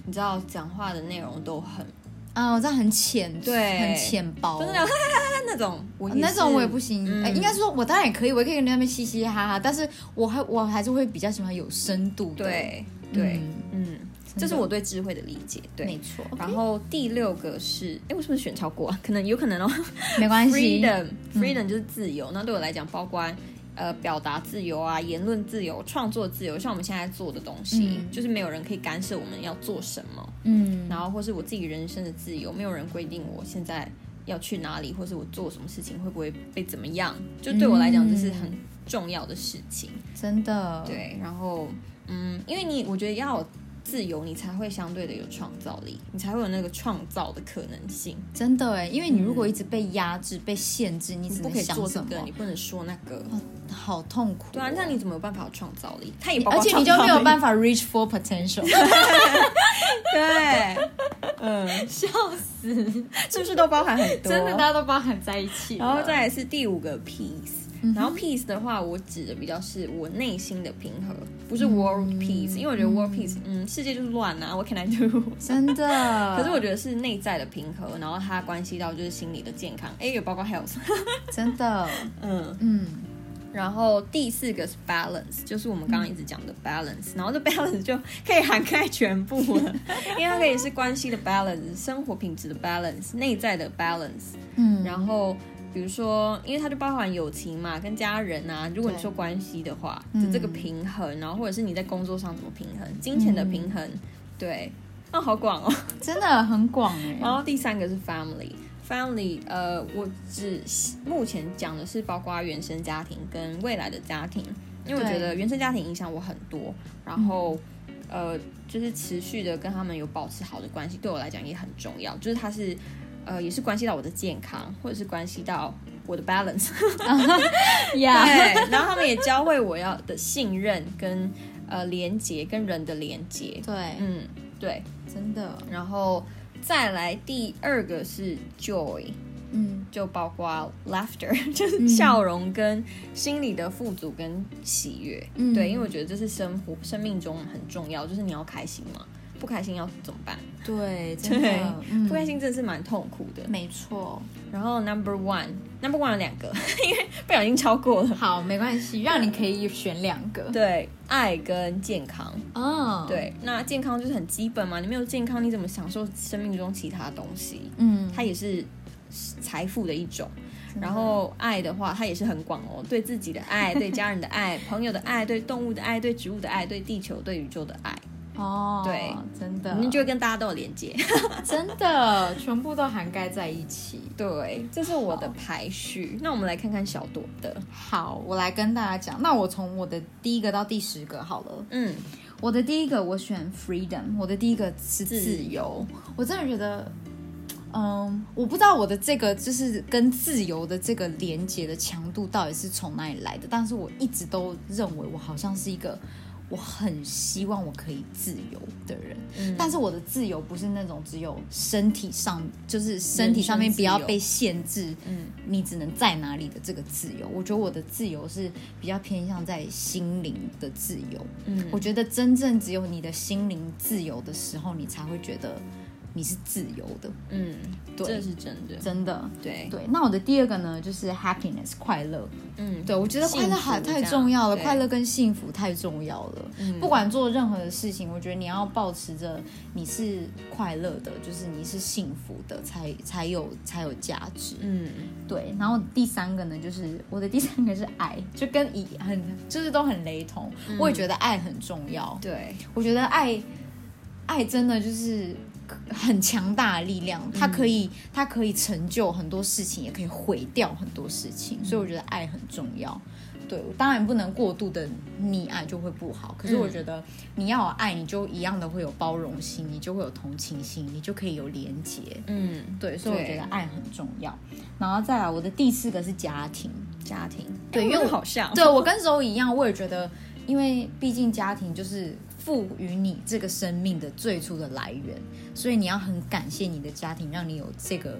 Speaker 2: 你知道讲话的内容都很，
Speaker 1: 啊，我这样很浅，
Speaker 2: 对
Speaker 1: 很浅薄，
Speaker 2: 就是那种 那种我也
Speaker 1: 哦那种
Speaker 2: 是
Speaker 1: 我也不行，
Speaker 2: 嗯
Speaker 1: 呃应该说我当然也可以，我也可以跟他们嘻嘻哈哈，但是我还我还是会比较喜欢有深度的，
Speaker 2: 对对
Speaker 1: 嗯，
Speaker 2: 嗯，这是
Speaker 1: 真的
Speaker 2: 我对智慧的理解，对
Speaker 1: 没。错，
Speaker 2: 然后第六个是，哎，我是不是选超过啊？可能有可能哦。
Speaker 1: 没关系，
Speaker 2: freedom freedom 就是自由，那对我来讲包括呃表达自由啊、言论自由、创作自由，像我们现在做的东西，
Speaker 1: 嗯
Speaker 2: 就是没有人可以干涉我们要做什么，
Speaker 1: 嗯，
Speaker 2: 然后或是我自己人生的自由，没有人规定我现在要去哪里，或是我做什么事情会不会被怎么样，就对我来讲这是很重要的事情。
Speaker 1: 真的，，
Speaker 2: 对，然后嗯，因为你我觉得要有自由，你才会相对的有创造力，你才会有那个创造的可能性。
Speaker 1: 真的哎，因为你如果一直被压制、被限制，你
Speaker 2: 你
Speaker 1: 只
Speaker 2: 不
Speaker 1: 能
Speaker 2: 可以
Speaker 1: 想
Speaker 2: 做这
Speaker 1: 什么
Speaker 2: 个，，你不能说那个。
Speaker 1: 好痛苦哦，
Speaker 2: 对啊，那你怎么有办法有创造力？他也
Speaker 1: 而且你就没有
Speaker 2: 法。
Speaker 1: 办法 reach for potential，
Speaker 2: 对，嗯， 笑死，是不是都包含很多？
Speaker 1: 真的大。家都包含在一起了，
Speaker 2: 然后再来是第五个 peace，、然
Speaker 1: 嗯
Speaker 2: 后 peace 的话，我指的比较是我内心的平和，不
Speaker 1: 嗯
Speaker 2: 是 world peace，、因为我觉得 world peace，嗯，世界就是乱啊，What can I do？
Speaker 1: 真的，
Speaker 2: 可是我觉得是内在的平和，然后它关系到就是心理的健康，哎，也包括 health，
Speaker 1: 真的，
Speaker 2: 嗯，
Speaker 1: 嗯，
Speaker 2: 然后第四个是 balance，就是我们刚刚一直讲
Speaker 1: 嗯
Speaker 2: 的 balance，、然后这 balance 就可以涵盖全部 了，因为它可以是关系的 balance、生活品质的 balance、内在的 balance，
Speaker 1: 嗯，
Speaker 2: 然后比如说，因为它就包含友情嘛，跟家人啊，如果你说关系的话，
Speaker 1: 对
Speaker 2: 就这个平衡，然后或者是你在工作上怎么平衡，金钱的平
Speaker 1: 嗯
Speaker 2: 衡，对，那、好广哦。
Speaker 1: 真的很广哎，
Speaker 2: 然后第三个是 family。family，呃，我只目前讲的是包括原生家庭跟未来的家庭，因为我
Speaker 1: 对
Speaker 2: 觉得原生家庭影响我很多，然后、呃，就是持续的跟他们有保持好的关系，对我来讲也很重要，就是它是呃也是关系到我的健康，或者是关系到我的 balance，
Speaker 1: 呀，
Speaker 2: 对，然后他们也教会我要的信任跟呃连接跟人的连接，
Speaker 1: 对，
Speaker 2: 嗯，对，
Speaker 1: 真的，
Speaker 2: 然后再来第二个是 joy，
Speaker 1: 嗯，
Speaker 2: 就包括 laughter，就是 笑容跟心理的富足跟喜悦。
Speaker 1: 嗯
Speaker 2: 对，因为我觉得这是生活生命中很重要，就是你要开心嘛，不开心要怎么办？
Speaker 1: 对，真
Speaker 2: 对
Speaker 1: 的，，嗯
Speaker 2: 不开心真的是蛮痛苦的。
Speaker 1: 没错，
Speaker 2: 然后 number one，number one 有两个， 因为不小心超过了。
Speaker 1: 好，没关系，让你可以选两个，
Speaker 2: 对，爱跟健康。
Speaker 1: 嗯，，
Speaker 2: 对，那健康就是很基本嘛，你没有健康，你怎么享受生命中其他东西？
Speaker 1: 嗯，
Speaker 2: 它也是财富的一种。然后爱的话，它也是很广哦，对自己的 爱，对家人的爱，朋友的爱，对动物的爱，对植物的爱，对地球、对宇宙的爱，
Speaker 1: 哦，
Speaker 2: 对，
Speaker 1: 真的
Speaker 2: 我，们就会跟大家都有 连接。
Speaker 1: 真的全部都涵盖在一起。
Speaker 2: 对，这是我的排序。那我们来看看小朵的，
Speaker 1: 好，我来跟大家讲，那我从我的第一个到第十个好了。
Speaker 2: 嗯，
Speaker 1: 我的第一个我选 freedom，我的第一个是
Speaker 2: 自
Speaker 1: 自
Speaker 2: 由
Speaker 1: 由。我真的觉得，嗯，我不知道我的这个就是跟自由的这个连接的强度到底是从哪里来的，但是我一直都认为我好像是一个我很希望我可以自由的人。
Speaker 2: 嗯
Speaker 1: 但是我的自由不是那种只有身体上，就是身体上面不要被限制，
Speaker 2: 嗯，
Speaker 1: 你只能在哪里的这个自由。我觉得我的自由是比较偏向在心灵的自由。
Speaker 2: 嗯
Speaker 1: 我觉得真正只有你的心灵自由的时候，你才会觉得你是自由的，
Speaker 2: 嗯，
Speaker 1: 对
Speaker 2: 这是真的，
Speaker 1: 真的。
Speaker 2: 对，
Speaker 1: 对，那我的第二个呢，就是 happiness 快乐。
Speaker 2: 嗯，
Speaker 1: 对，我觉得快乐
Speaker 2: 幸福
Speaker 1: 还太
Speaker 2: 这样
Speaker 1: 重要了，
Speaker 2: 对
Speaker 1: 快乐跟幸福太重要了。
Speaker 2: 嗯
Speaker 1: 不管做任何的事情，我觉得你要保持着你是快乐的，就是你是幸福的，才才有才有价值。
Speaker 2: 嗯，
Speaker 1: 对，然后第三个呢，就是我的第三个是爱，就跟以很就是都很雷同。我也觉得爱很重要，
Speaker 2: 对，
Speaker 1: 我觉得爱爱真的就是很强大的力量，它可以、它可以成就很多事情，也可以毁掉很多事情，所以我觉得爱很重要。对，当然不能过度的溺爱就会不好。可是我觉得你要有爱，你就一样的会有包容心，你就会有同情心，你就可以有连结。
Speaker 2: 嗯，
Speaker 1: 对，所以我
Speaker 2: 对
Speaker 1: 觉得爱很重要。然后再来，我的第四个是家庭。
Speaker 2: 家庭，
Speaker 1: 对
Speaker 2: 哎
Speaker 1: 因为
Speaker 2: 我们
Speaker 1: 我
Speaker 2: 好像，
Speaker 1: 对我跟周一样，我也觉得，因为毕竟家庭就是赋予你这个生命的最初的来源，所以你要很感谢你的家庭，让你有这个，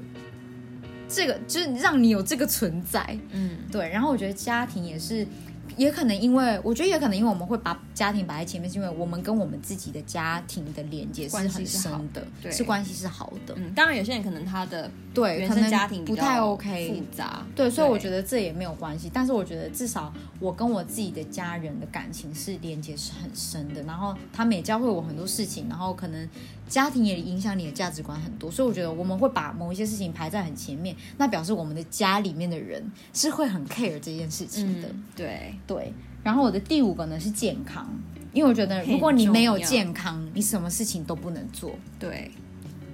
Speaker 1: 这个就是让你有这个存在。
Speaker 2: 嗯，
Speaker 1: 对，然后我觉得家庭也是，也可能因为我觉得也可能因为我们会把家庭摆在前面，是因为我们跟我们自己的家庭的连接是
Speaker 2: 关系
Speaker 1: 很
Speaker 2: 是好
Speaker 1: 深的，
Speaker 2: 对
Speaker 1: 是关系是好的。
Speaker 2: 嗯，当然有些人可能他的
Speaker 1: 对，
Speaker 2: 原
Speaker 1: 可
Speaker 2: 生
Speaker 1: 能
Speaker 2: 家庭比
Speaker 1: 不太
Speaker 2: 较
Speaker 1: OK，
Speaker 2: 复杂，
Speaker 1: 对，所以我
Speaker 2: 得。
Speaker 1: 觉得这也没有关系，但是我觉得至少我跟我自己的家人的感情是连接是很深的，然后他们也教会我很多事情，然后可能家庭也影响你的价值观很多，所以我觉得我们会把某一些事情排在很前面，那表示我们的家里面的人是会很 care 这件事情的，
Speaker 2: 嗯、对，
Speaker 1: 对。然后我的第五个呢是健康，因为我觉得如果你没有健康，你什么事情都不能做，
Speaker 2: 对，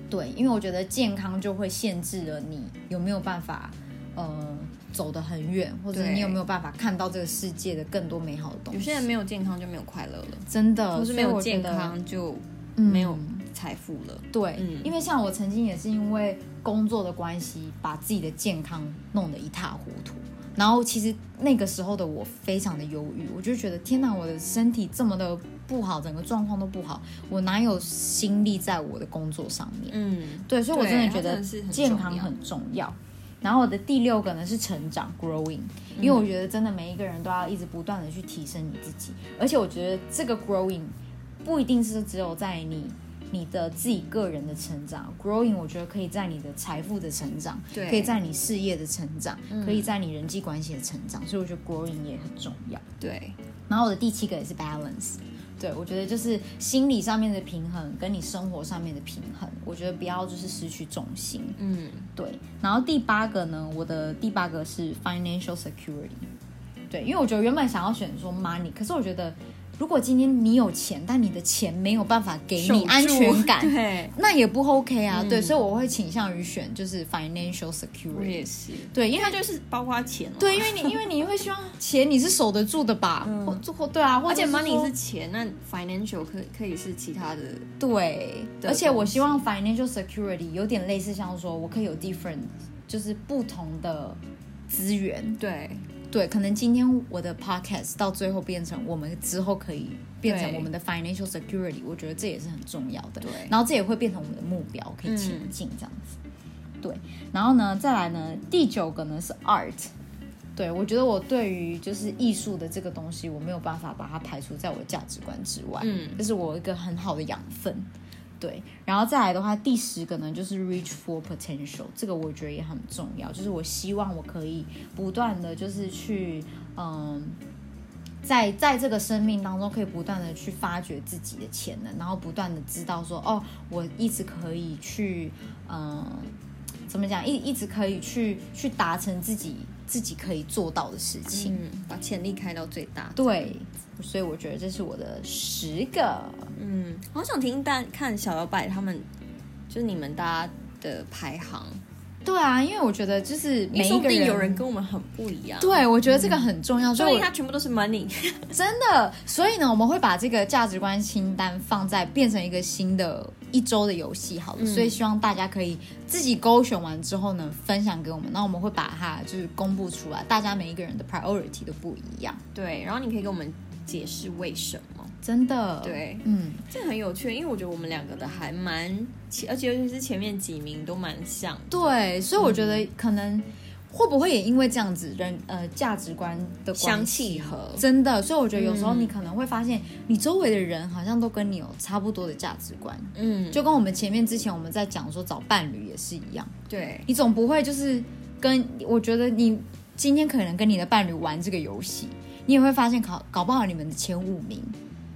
Speaker 1: 对，因为我觉得健康就会限制了你有没有办法，呃，走得很远，或者
Speaker 2: 对
Speaker 1: 你有没有办法看到这个世界的更多美好的东西。
Speaker 2: 有些人没有健康就没有快乐了，
Speaker 1: 真的
Speaker 2: 或是没有健，
Speaker 1: 所以我觉
Speaker 2: 康就
Speaker 1: 得
Speaker 2: 没有
Speaker 1: 嗯
Speaker 2: 财富了。
Speaker 1: 对，
Speaker 2: 嗯
Speaker 1: 因为像我曾经也是因为工作的关系，把自己的健康弄得一塌糊涂。然后其实那个时候的我非常的忧郁，我就觉得天哪，我的身体这么的不好，整个状况都不好，我哪有心力在我的工作上面？
Speaker 2: 嗯，
Speaker 1: 对，所以我
Speaker 2: 对
Speaker 1: 真的
Speaker 2: 它
Speaker 1: 觉得
Speaker 2: 真的是很
Speaker 1: 健
Speaker 2: 重
Speaker 1: 康
Speaker 2: 要
Speaker 1: 很重要。然后我的第六个呢是成长 （growing），因为我
Speaker 2: 嗯
Speaker 1: 觉得真的每一个人都要一直不断的去提升你自己，而且我觉得这个 growing 不一定是只有在你你的自己个人的成长，growing 我觉得可以在你的财富的成长，
Speaker 2: 对嗯
Speaker 1: 可以在你事业的成长，可以在你人际关系的成长，所以我觉得 growing 也很重要。
Speaker 2: 对，
Speaker 1: 然后我的第七个也是 balance，对我觉得就是心理上面的平衡跟你生活上面的平衡，我觉得不要就是失去重心。
Speaker 2: 嗯，
Speaker 1: 对，然后第八个呢，我的第八个是 financial security，对，因为我觉得原本想要选说 money，可是我觉得如果今天你有钱，但你的钱没有办法给
Speaker 2: 守
Speaker 1: 你
Speaker 2: 住
Speaker 1: 安全 感。
Speaker 2: 对，
Speaker 1: 那也不 OK 啊，
Speaker 2: 嗯
Speaker 1: 对，所以我会倾向于选就是 financial
Speaker 2: 我
Speaker 1: security，
Speaker 2: 也是，
Speaker 1: 对，因为
Speaker 2: 因为它就是包括钱哦了。
Speaker 1: 对，，因为你因为你会希望钱你是守得住的吧，
Speaker 2: 嗯
Speaker 1: 或或对啊，或
Speaker 2: 而
Speaker 1: 者
Speaker 2: 且
Speaker 1: 是
Speaker 2: money
Speaker 1: 说
Speaker 2: 是钱，那 financial 可可以是其他的。
Speaker 1: 对，
Speaker 2: 的
Speaker 1: 而且我
Speaker 2: 东西
Speaker 1: 希望 financial security 有点类似，像说我可以有 different，就是不同的资源。
Speaker 2: 对，
Speaker 1: 对，可能今天我的 podcast 到最后变成我们之后可以变成
Speaker 2: 对
Speaker 1: 我们的 financial security，我觉得这也是很重要的。
Speaker 2: 对
Speaker 1: 然后这也会变成我们的目标，可以前
Speaker 2: 嗯
Speaker 1: 进这样子。对，然后呢，再来呢，第九个呢是 art。对，我觉得我对于就是艺术的这个东西，我没有办法把它排除在我的价值观之外。
Speaker 2: 嗯，
Speaker 1: 这是我一个很好的养分。对，然后再来的话，第十个呢就是 reach for potential，这个我觉得也很重要，就是我希望我可以不断的就是去，嗯，在在这个生命当中可以不断的去发掘自己的潜能，然后不断的知道说，哦，我一直可以去，嗯，怎么讲，一一直可以去去达成自己自己可以做到的事情。
Speaker 2: 嗯，把潜力开到最大。
Speaker 1: 对，所以我觉得这是我的十个。
Speaker 2: 嗯，好想听但看小摇摆他们，就是你们大家的排行，
Speaker 1: 对啊，因为我觉得就是
Speaker 2: 因为
Speaker 1: 每
Speaker 2: 说
Speaker 1: 一
Speaker 2: 不
Speaker 1: 个
Speaker 2: 定有人跟我们很不一样。，
Speaker 1: 对，我觉得这个很重要，所
Speaker 2: 说不
Speaker 1: 以
Speaker 2: 定
Speaker 1: 我
Speaker 2: 他全部都是 money。
Speaker 1: 真的，所以呢，我们会把这个价值观清单放在变成一个新的一周的游戏，好了，
Speaker 2: 嗯
Speaker 1: 所以希望大家可以自己勾选完之后呢，分享给我们，那我们会把它就是公布出来，大家每一个人的 priority 都不一样，
Speaker 2: 对，然后你可以跟我们解释为什么。
Speaker 1: 真的，，
Speaker 2: 对，
Speaker 1: 嗯，
Speaker 2: 这很有趣，因为我觉得我们两个的还蛮，而且尤其是前面几名都蛮像。
Speaker 1: 对，所以我觉得可能会不会也因为这样子人呃价值观的关
Speaker 2: 相
Speaker 1: 系
Speaker 2: 契合
Speaker 1: 真的，所以我觉得有时候
Speaker 2: 嗯
Speaker 1: 你可能会发现，你周围的人好像都跟你有差不多的价值观，
Speaker 2: 嗯，
Speaker 1: 就跟我们前面之前我们在讲说找伴侣也是一样，
Speaker 2: 对，
Speaker 1: 你总不会就是跟我觉得你今天可能跟你的伴侣玩这个游戏，你也会发现搞搞不好你们的前五名、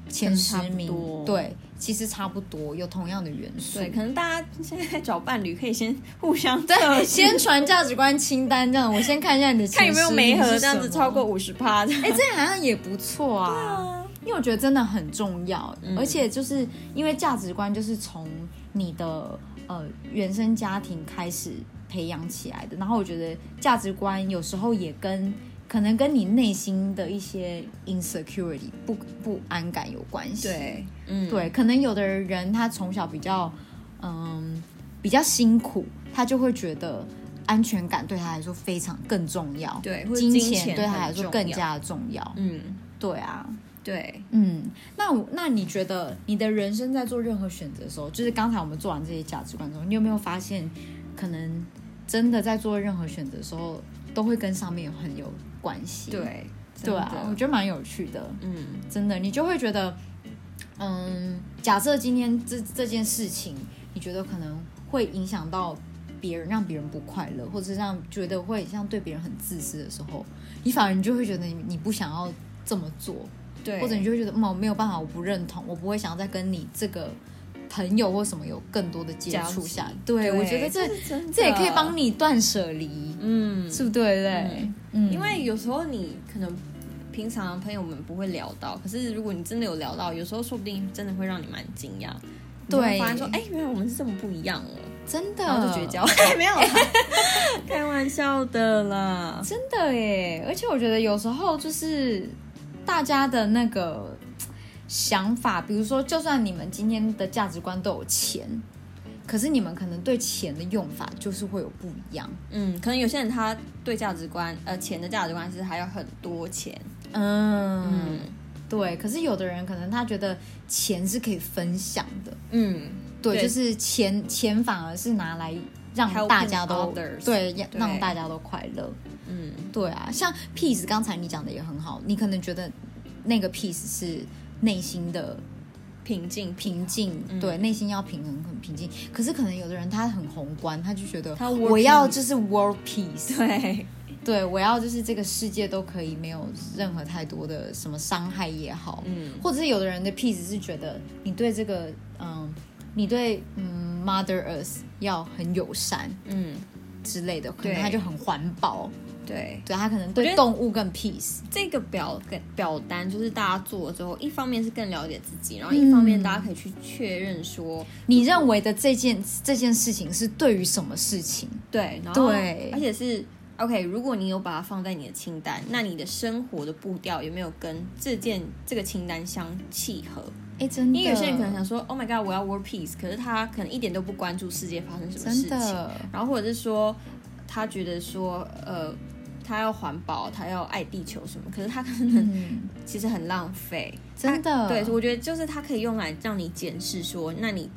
Speaker 1: 前十
Speaker 2: 差不
Speaker 1: 名
Speaker 2: 多，
Speaker 1: 对，其实差不多有同样的元素，
Speaker 2: 对，可能大家现在找伴侣可以先互相测
Speaker 1: 对，
Speaker 2: 试
Speaker 1: 先传价值观清单这样，我先看一下你的
Speaker 2: 看有没有
Speaker 1: 没
Speaker 2: 媒合，这样子超过。五十趴 的。
Speaker 1: 哎、这好像也不错啊，因为我觉得真的很重要，
Speaker 2: 嗯
Speaker 1: 而且就是因为价值观就是从你的呃原生家庭开始培养起来的，然后我觉得价值观有时候也跟可能跟你内心的一些 insecurity 不不安感有关系，
Speaker 2: 对，嗯，
Speaker 1: 对，可能有的人他从小比较，嗯，比较辛苦，他就会觉得安全感对他来说非常更重要，
Speaker 2: 对或者
Speaker 1: 金
Speaker 2: 金钱
Speaker 1: 对他
Speaker 2: 很
Speaker 1: 来说
Speaker 2: 重
Speaker 1: 更
Speaker 2: 要
Speaker 1: 加的重要。
Speaker 2: 嗯，
Speaker 1: 对啊，
Speaker 2: 对，
Speaker 1: 嗯，那我那你觉得你的人生在做任何选择的时候，就是刚才我们做完这些价值观之后，你有没有发现，可能真的在做任何选择的时候，都会跟上面有很有关系？
Speaker 2: 对，
Speaker 1: 对
Speaker 2: 真
Speaker 1: 啊
Speaker 2: 的，
Speaker 1: 我觉得蛮有趣的。
Speaker 2: 嗯，
Speaker 1: 真的，你就会觉得，嗯，假设今天这这件事情，你觉得可能会影响到别人，让别人不快乐，或者是让觉得会像对别人很自私的时候，你反而你就会觉得你你不想要这么做，
Speaker 2: 对，
Speaker 1: 或者你就会觉得，嗯，我没有办法，我不认同，我不会想要再跟你这个朋友或什么有更多的接
Speaker 2: 交
Speaker 1: 触
Speaker 2: 集
Speaker 1: 下。对，我觉得这
Speaker 2: 是真的
Speaker 1: 这也可以帮，你断舍离，
Speaker 2: 嗯，
Speaker 1: 是不对？对，嗯，
Speaker 2: 因为有时候你可能平常朋友们不会聊到，可是如果你真的有聊到，有时候说不定真的会让你蛮惊讶。你就会
Speaker 1: 对
Speaker 2: 发现说，哎、原来我们是这么不一样了，
Speaker 1: 真的
Speaker 2: 然后就绝 交，没有啦，开玩笑的啦。
Speaker 1: 真的耶！而且我觉得有时候就是大家的那个想法，比如说，就算你们今天的价值观都有钱，可是你们可能对钱的用法就是会有不一样。
Speaker 2: 嗯，可能有些人他对价值观，呃，钱的价值观是还要很多钱，
Speaker 1: 嗯，
Speaker 2: 嗯
Speaker 1: 对。可是有的人可能他觉得钱是可以分享的，
Speaker 2: 嗯，
Speaker 1: 对，
Speaker 2: 对
Speaker 1: 就是钱钱反而是拿来让
Speaker 2: Helping
Speaker 1: 大家都
Speaker 2: others
Speaker 1: 对，让
Speaker 2: 对
Speaker 1: 让大家都快乐。
Speaker 2: 嗯，
Speaker 1: 对啊，像 peace，刚才你讲的也很好，你可能觉得那个 peace 是内心的
Speaker 2: 平静，
Speaker 1: 平静，
Speaker 2: 嗯
Speaker 1: 对，内心要平衡，很平静。可是可能有的人他很宏观，他就觉得
Speaker 2: 他 world
Speaker 1: 我要就是 world peace，
Speaker 2: 对，
Speaker 1: 对我要就是这个世界都可以没有任何太多的什么伤害也好，
Speaker 2: 嗯，
Speaker 1: 或者是有的人的 peace 是觉得你对这个嗯，你对嗯 Mother Earth 要很友善
Speaker 2: 嗯，
Speaker 1: 之类的，可能
Speaker 2: 对
Speaker 1: 他就很环保，
Speaker 2: 对，
Speaker 1: 对他可能
Speaker 2: 我觉
Speaker 1: 对
Speaker 2: 得
Speaker 1: 动物更 peace。
Speaker 2: 这个表跟表单就是大家做了之后，一方面是更了解自己，然后一方面大家可以去确认说，
Speaker 1: 你认为的这件这件事情是对于什么事情？
Speaker 2: 对，然后
Speaker 1: 对
Speaker 2: 而且是 OK，如果你有把它放在你的清单，那你的生活的步调有没有跟这件这个清单相契合？
Speaker 1: 哎，真的，
Speaker 2: 因为有些人可能想说，Oh my God，我要 world peace，可是他可能一点都不关注世界发生什么事
Speaker 1: 真
Speaker 2: 情，
Speaker 1: 的，
Speaker 2: 然后或者是说他觉得说，呃，他要环保，他要爱地球什么，可是他可能
Speaker 1: 嗯，
Speaker 2: 其实很浪费。
Speaker 1: 真的，
Speaker 2: 对，我觉得就是它可以用来让你检视说，那你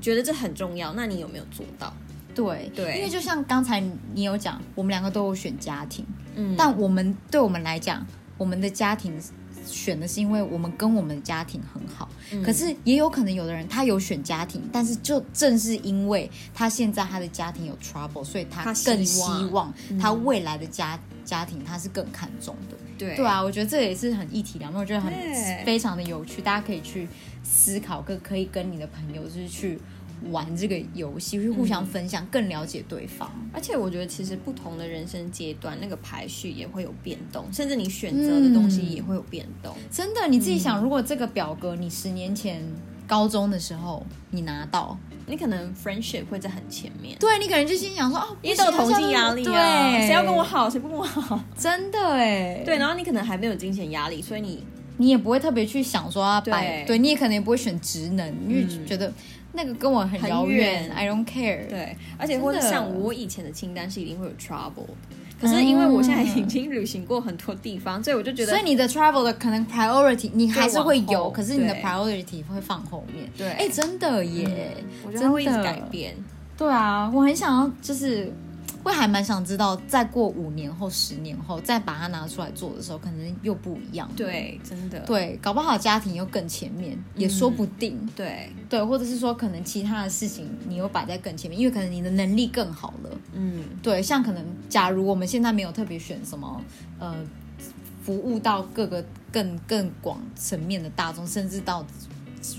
Speaker 2: 觉得这很重要，那你有没有做到？
Speaker 1: 对
Speaker 2: 对
Speaker 1: 因为就像刚才你有讲，我们两个都有选家庭，
Speaker 2: 嗯
Speaker 1: 但我们对我们来讲，我们的家庭选的是因为我们跟我们的家庭很好，
Speaker 2: 嗯
Speaker 1: 可是也有可能有的人他有选家庭，但是就正是因为他现在他的家庭有 trouble，所以他
Speaker 2: 他希望嗯
Speaker 1: 更希望他未来的家、家庭他是更看重的。
Speaker 2: 对
Speaker 1: 对，啊，我觉得这也是很一体两面，我觉得很
Speaker 2: 对
Speaker 1: 非常的有趣，大家可以去思考，跟可以跟你的朋友就是去玩这个游戏，去互
Speaker 2: 嗯
Speaker 1: 相分享，更了解对方。
Speaker 2: 而且我觉得其实不同的人生阶段，那个排序也会有变动，甚至你选择的东西也会有变动。
Speaker 1: 真的，你自己
Speaker 2: 嗯
Speaker 1: 想，如果这个表格你十年前高中的时候你拿到，
Speaker 2: 你可能 friendship 会在很前面，
Speaker 1: 对你可能就心想说哦，
Speaker 2: 因为都有同济压力啊，
Speaker 1: 对，
Speaker 2: 谁要跟我？好，谁不跟我好？
Speaker 1: 真的哎，
Speaker 2: 对，，然后你可能还没有金钱压力，所以你
Speaker 1: 你也不会特别去想说要摆，
Speaker 2: 对嗯
Speaker 1: 对你也可能也不会选职能，因为觉得那个跟我很
Speaker 2: 很
Speaker 1: 遥
Speaker 2: 远
Speaker 1: ，I don't care。
Speaker 2: 对，而且或者像
Speaker 1: 真的
Speaker 2: 我以前的清单是一定会有 trouble，可是因为我现在已经旅行过很多地方，所以我就觉
Speaker 1: 所
Speaker 2: 得
Speaker 1: 以你的 travel 的可能 priority 你还是会
Speaker 2: 就往
Speaker 1: 有，
Speaker 2: 后
Speaker 1: 可是你的
Speaker 2: 对
Speaker 1: priority 会放后面。
Speaker 2: 对嗯
Speaker 1: 哎、真的耶，
Speaker 2: 我觉得它会一直
Speaker 1: 真的
Speaker 2: 改变。
Speaker 1: 对啊，我很想要，就是我还蛮想知道，再过五年后、十年后，再把它拿出来做的时候，可能又不一样。
Speaker 2: 对，嗯真的，
Speaker 1: 对，搞不好家庭又更前面，也说不定。
Speaker 2: 对，
Speaker 1: 对，或者是说可能其他的事情你又摆在更前面，因为可能你的能力更好了。
Speaker 2: 嗯，
Speaker 1: 对，像可能假如我们现在没有特别选什么，呃，服务到各个更更广层面的大众，甚至到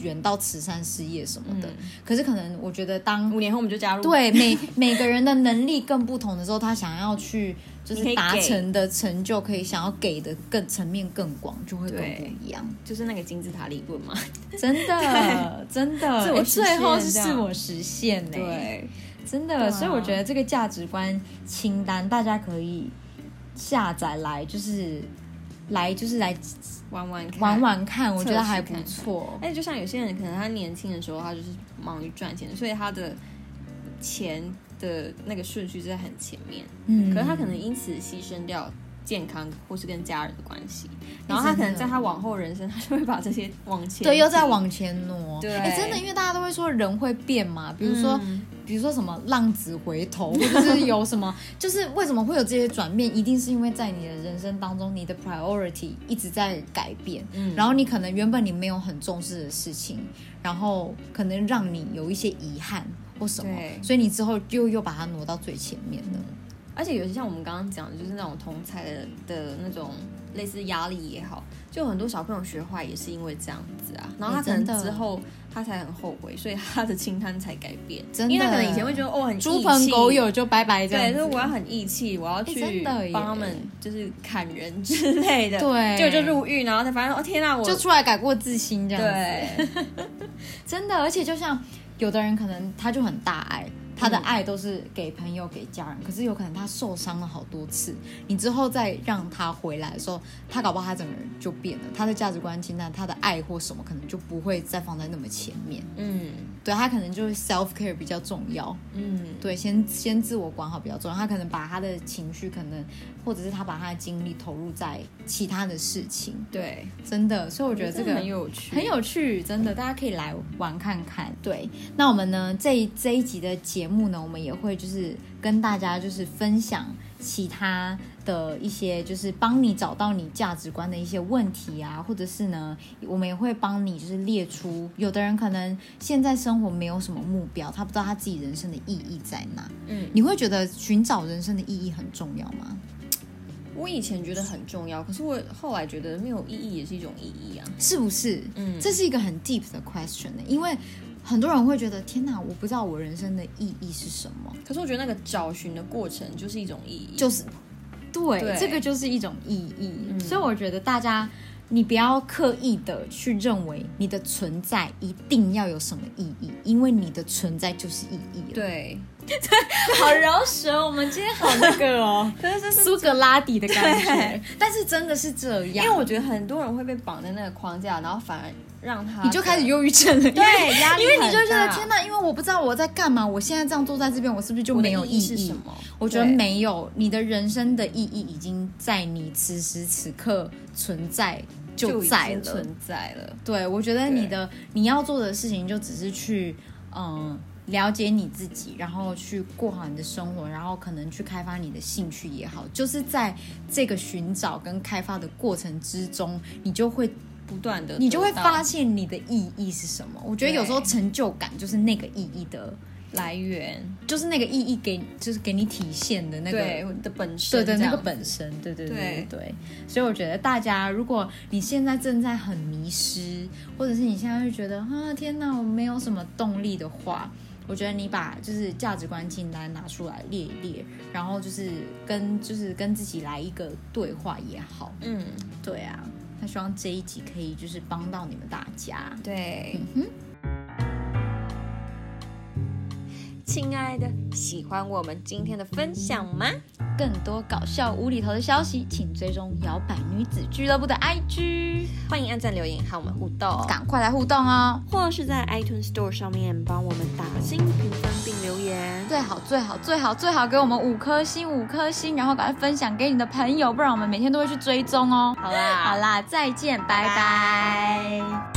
Speaker 1: 远到慈善事业什么的。
Speaker 2: 嗯
Speaker 1: 可是可能我觉得当
Speaker 2: 五年后我们就加入。，
Speaker 1: 嗯对每每个人的能力更不同的时候，他想要去就
Speaker 2: 你可
Speaker 1: 是
Speaker 2: 以
Speaker 1: 达
Speaker 2: 给
Speaker 1: 成的成就，可以想要给的更层面更广，就会更不
Speaker 2: 对
Speaker 1: 一样。
Speaker 2: 就是那个金字塔理论嘛。
Speaker 1: 真的，真的，
Speaker 2: 自我
Speaker 1: 诶
Speaker 2: 实
Speaker 1: 最后是
Speaker 2: 现这样
Speaker 1: 自我实现欸呢、，真的。
Speaker 2: 对啊
Speaker 1: 所以我觉得这个价值观清单大家可以下载来，就是来就是来
Speaker 2: 玩玩看
Speaker 1: 玩。玩看，我觉得还不
Speaker 2: 测试
Speaker 1: 错。
Speaker 2: 哎，就像有些人可能他年轻的时候，他就是忙于赚钱，所以他的钱的那个顺序是在很前面。
Speaker 1: 嗯
Speaker 2: 可是他可能因此牺牲掉健康或是跟家人的关系，然后他可能在他往后人生，他就会把这些往前
Speaker 1: 对又在
Speaker 2: 提
Speaker 1: 往前挪，
Speaker 2: 对
Speaker 1: 哎真的，因为大家都会说人会变嘛，比如说。
Speaker 2: 嗯
Speaker 1: 比如说什么浪子回头，或者是有什么， 就是为什么会有这些转变，一定是因为在你的人生当中，你的 priority 一直在改变，
Speaker 2: 嗯
Speaker 1: 然后你可能原本你没有很重视的事情，然后可能让你有一些遗憾或什么，
Speaker 2: 对
Speaker 1: 所以你之后又又把它挪到最前面的。
Speaker 2: 而且有些像我们刚刚讲的，就是那种同才的的那种类似压力也好，就很多小朋友学坏也是因为这样子啊。然后他可
Speaker 1: 真
Speaker 2: 能
Speaker 1: 的
Speaker 2: 之后他才很后悔，所以他的清单才改变。
Speaker 1: 真的
Speaker 2: 因为他可能以前会觉得哦很义气
Speaker 1: 猪朋狗，友就拜拜这样
Speaker 2: 对，就是我
Speaker 1: 子。
Speaker 2: 要很义气，我要
Speaker 1: 真
Speaker 2: 去
Speaker 1: 的耶
Speaker 2: 帮他们就是砍人之类的，
Speaker 1: 对
Speaker 2: 结果就入狱，然后才发现哦天啊，我
Speaker 1: 就出来改过自新这样子，
Speaker 2: 对，
Speaker 1: 真的，而且就像有的人可能他就很大爱，他
Speaker 2: 嗯
Speaker 1: 的爱都是给朋友、给家人，可是有可能他受伤了好多次，你之后再让他回来的时候，他搞不好他整个人就变了，他的价值观清单、他的爱或什么，可能就不会再放在那么前面，
Speaker 2: 嗯
Speaker 1: 对他可能就是 self care 比较重要，
Speaker 2: 嗯，
Speaker 1: 对，先先自我管好比较重要，他可能把他的情绪可能，或者是他把他的精力投入在其他的事情，
Speaker 2: 对，
Speaker 1: 真的，所以我觉得这个
Speaker 2: 很有趣，
Speaker 1: 很有趣，真的，大家可以来玩看看。对，那我们呢这一这一集的节目呢，我们也会就是跟大家就是分享其他的一些就是帮你找到你价值观的一些问题啊，或者是呢，我们也会帮你就是列出，有的人可能现在生活没有什么目标，他不知道他自己人生的意义在哪。
Speaker 2: 嗯，
Speaker 1: 你会觉得寻找人生的意义很重要吗？
Speaker 2: 我以前觉得很重要，可是我后来觉得没有意义也是一种意义啊。
Speaker 1: 是不是？
Speaker 2: 嗯
Speaker 1: 这是一个很 deep 的 question 呢、因为很多人会觉得，天哪，我不知道我人生的意义是什么，
Speaker 2: 可是我觉得那个找寻的过程就是一种意义，
Speaker 1: 就是对，嗯
Speaker 2: 对
Speaker 1: 这个就是一种意义。所以我觉得大家，你不要刻意的去认为你的存在一定要有什么意义，因为你的存在就是意义了。
Speaker 2: 对，
Speaker 1: 好饶舌，我们今天好那个 哦，
Speaker 2: 可是这是
Speaker 1: 苏格拉底的感觉，但是真的是这
Speaker 2: 因
Speaker 1: 样，
Speaker 2: 为我觉得很多人会被绑在那个框架，然后反而让他
Speaker 1: 你就开始
Speaker 2: 用
Speaker 1: 忧郁症了。因为
Speaker 2: 对压力
Speaker 1: 因为你
Speaker 2: 很
Speaker 1: 就觉得
Speaker 2: 大
Speaker 1: 天哪，因为我不知道我在干嘛，我现在这样坐在这边，我是不是就
Speaker 2: 我的
Speaker 1: 没有
Speaker 2: 意义
Speaker 1: 义？
Speaker 2: 是什么？
Speaker 1: 我觉得
Speaker 2: 对
Speaker 1: 没有，你的人生的意义已经在你此时此刻存在就
Speaker 2: 已
Speaker 1: 在
Speaker 2: 经
Speaker 1: 了。
Speaker 2: 存在了。
Speaker 1: 对，我觉得你的你要做的事情就只是去嗯、了解你自己，然后去过好你的生活，然后可能去开发你的兴趣也好，就是在这个寻找跟开发的过程之中，你就会
Speaker 2: 不断的，
Speaker 1: 你就会发现你的意义是什么。我觉得有时候
Speaker 2: 对
Speaker 1: 成就感就是那个意义的，
Speaker 2: 来源，
Speaker 1: 就是那个意义给就是给你体现的那个
Speaker 2: 对我的本身，
Speaker 1: 对对，
Speaker 2: 这
Speaker 1: 那
Speaker 2: 样
Speaker 1: 个本身，对对对
Speaker 2: 对
Speaker 1: 对。所以我觉得大家，如果你现在正在很迷失，或者是你现在就觉得啊天哪，我没有什么动力的话，我觉得你把就是价值观清单拿出来列一列，然后就是跟就是跟自己来一个对话也好。
Speaker 2: 嗯，
Speaker 1: 对啊，那希望这一集可以就是帮到你们大家。
Speaker 2: 对，
Speaker 1: 嗯
Speaker 2: 亲爱的，喜欢我们今天的分享吗？
Speaker 1: 更多搞笑无厘头的消息，请追踪摇摆女子俱乐部的 IG，
Speaker 2: 欢迎按赞留言和我们互动，
Speaker 1: 赶快来互动哦。
Speaker 2: 或是在 iTunes Store 上面帮我们打新评分并留言。
Speaker 1: 最好最好最好最好给我们五颗星五颗星，然后赶快分享给你的朋友，不然我们每天都会去追踪哦。
Speaker 2: 好啦，
Speaker 1: 好啦，再见，拜拜。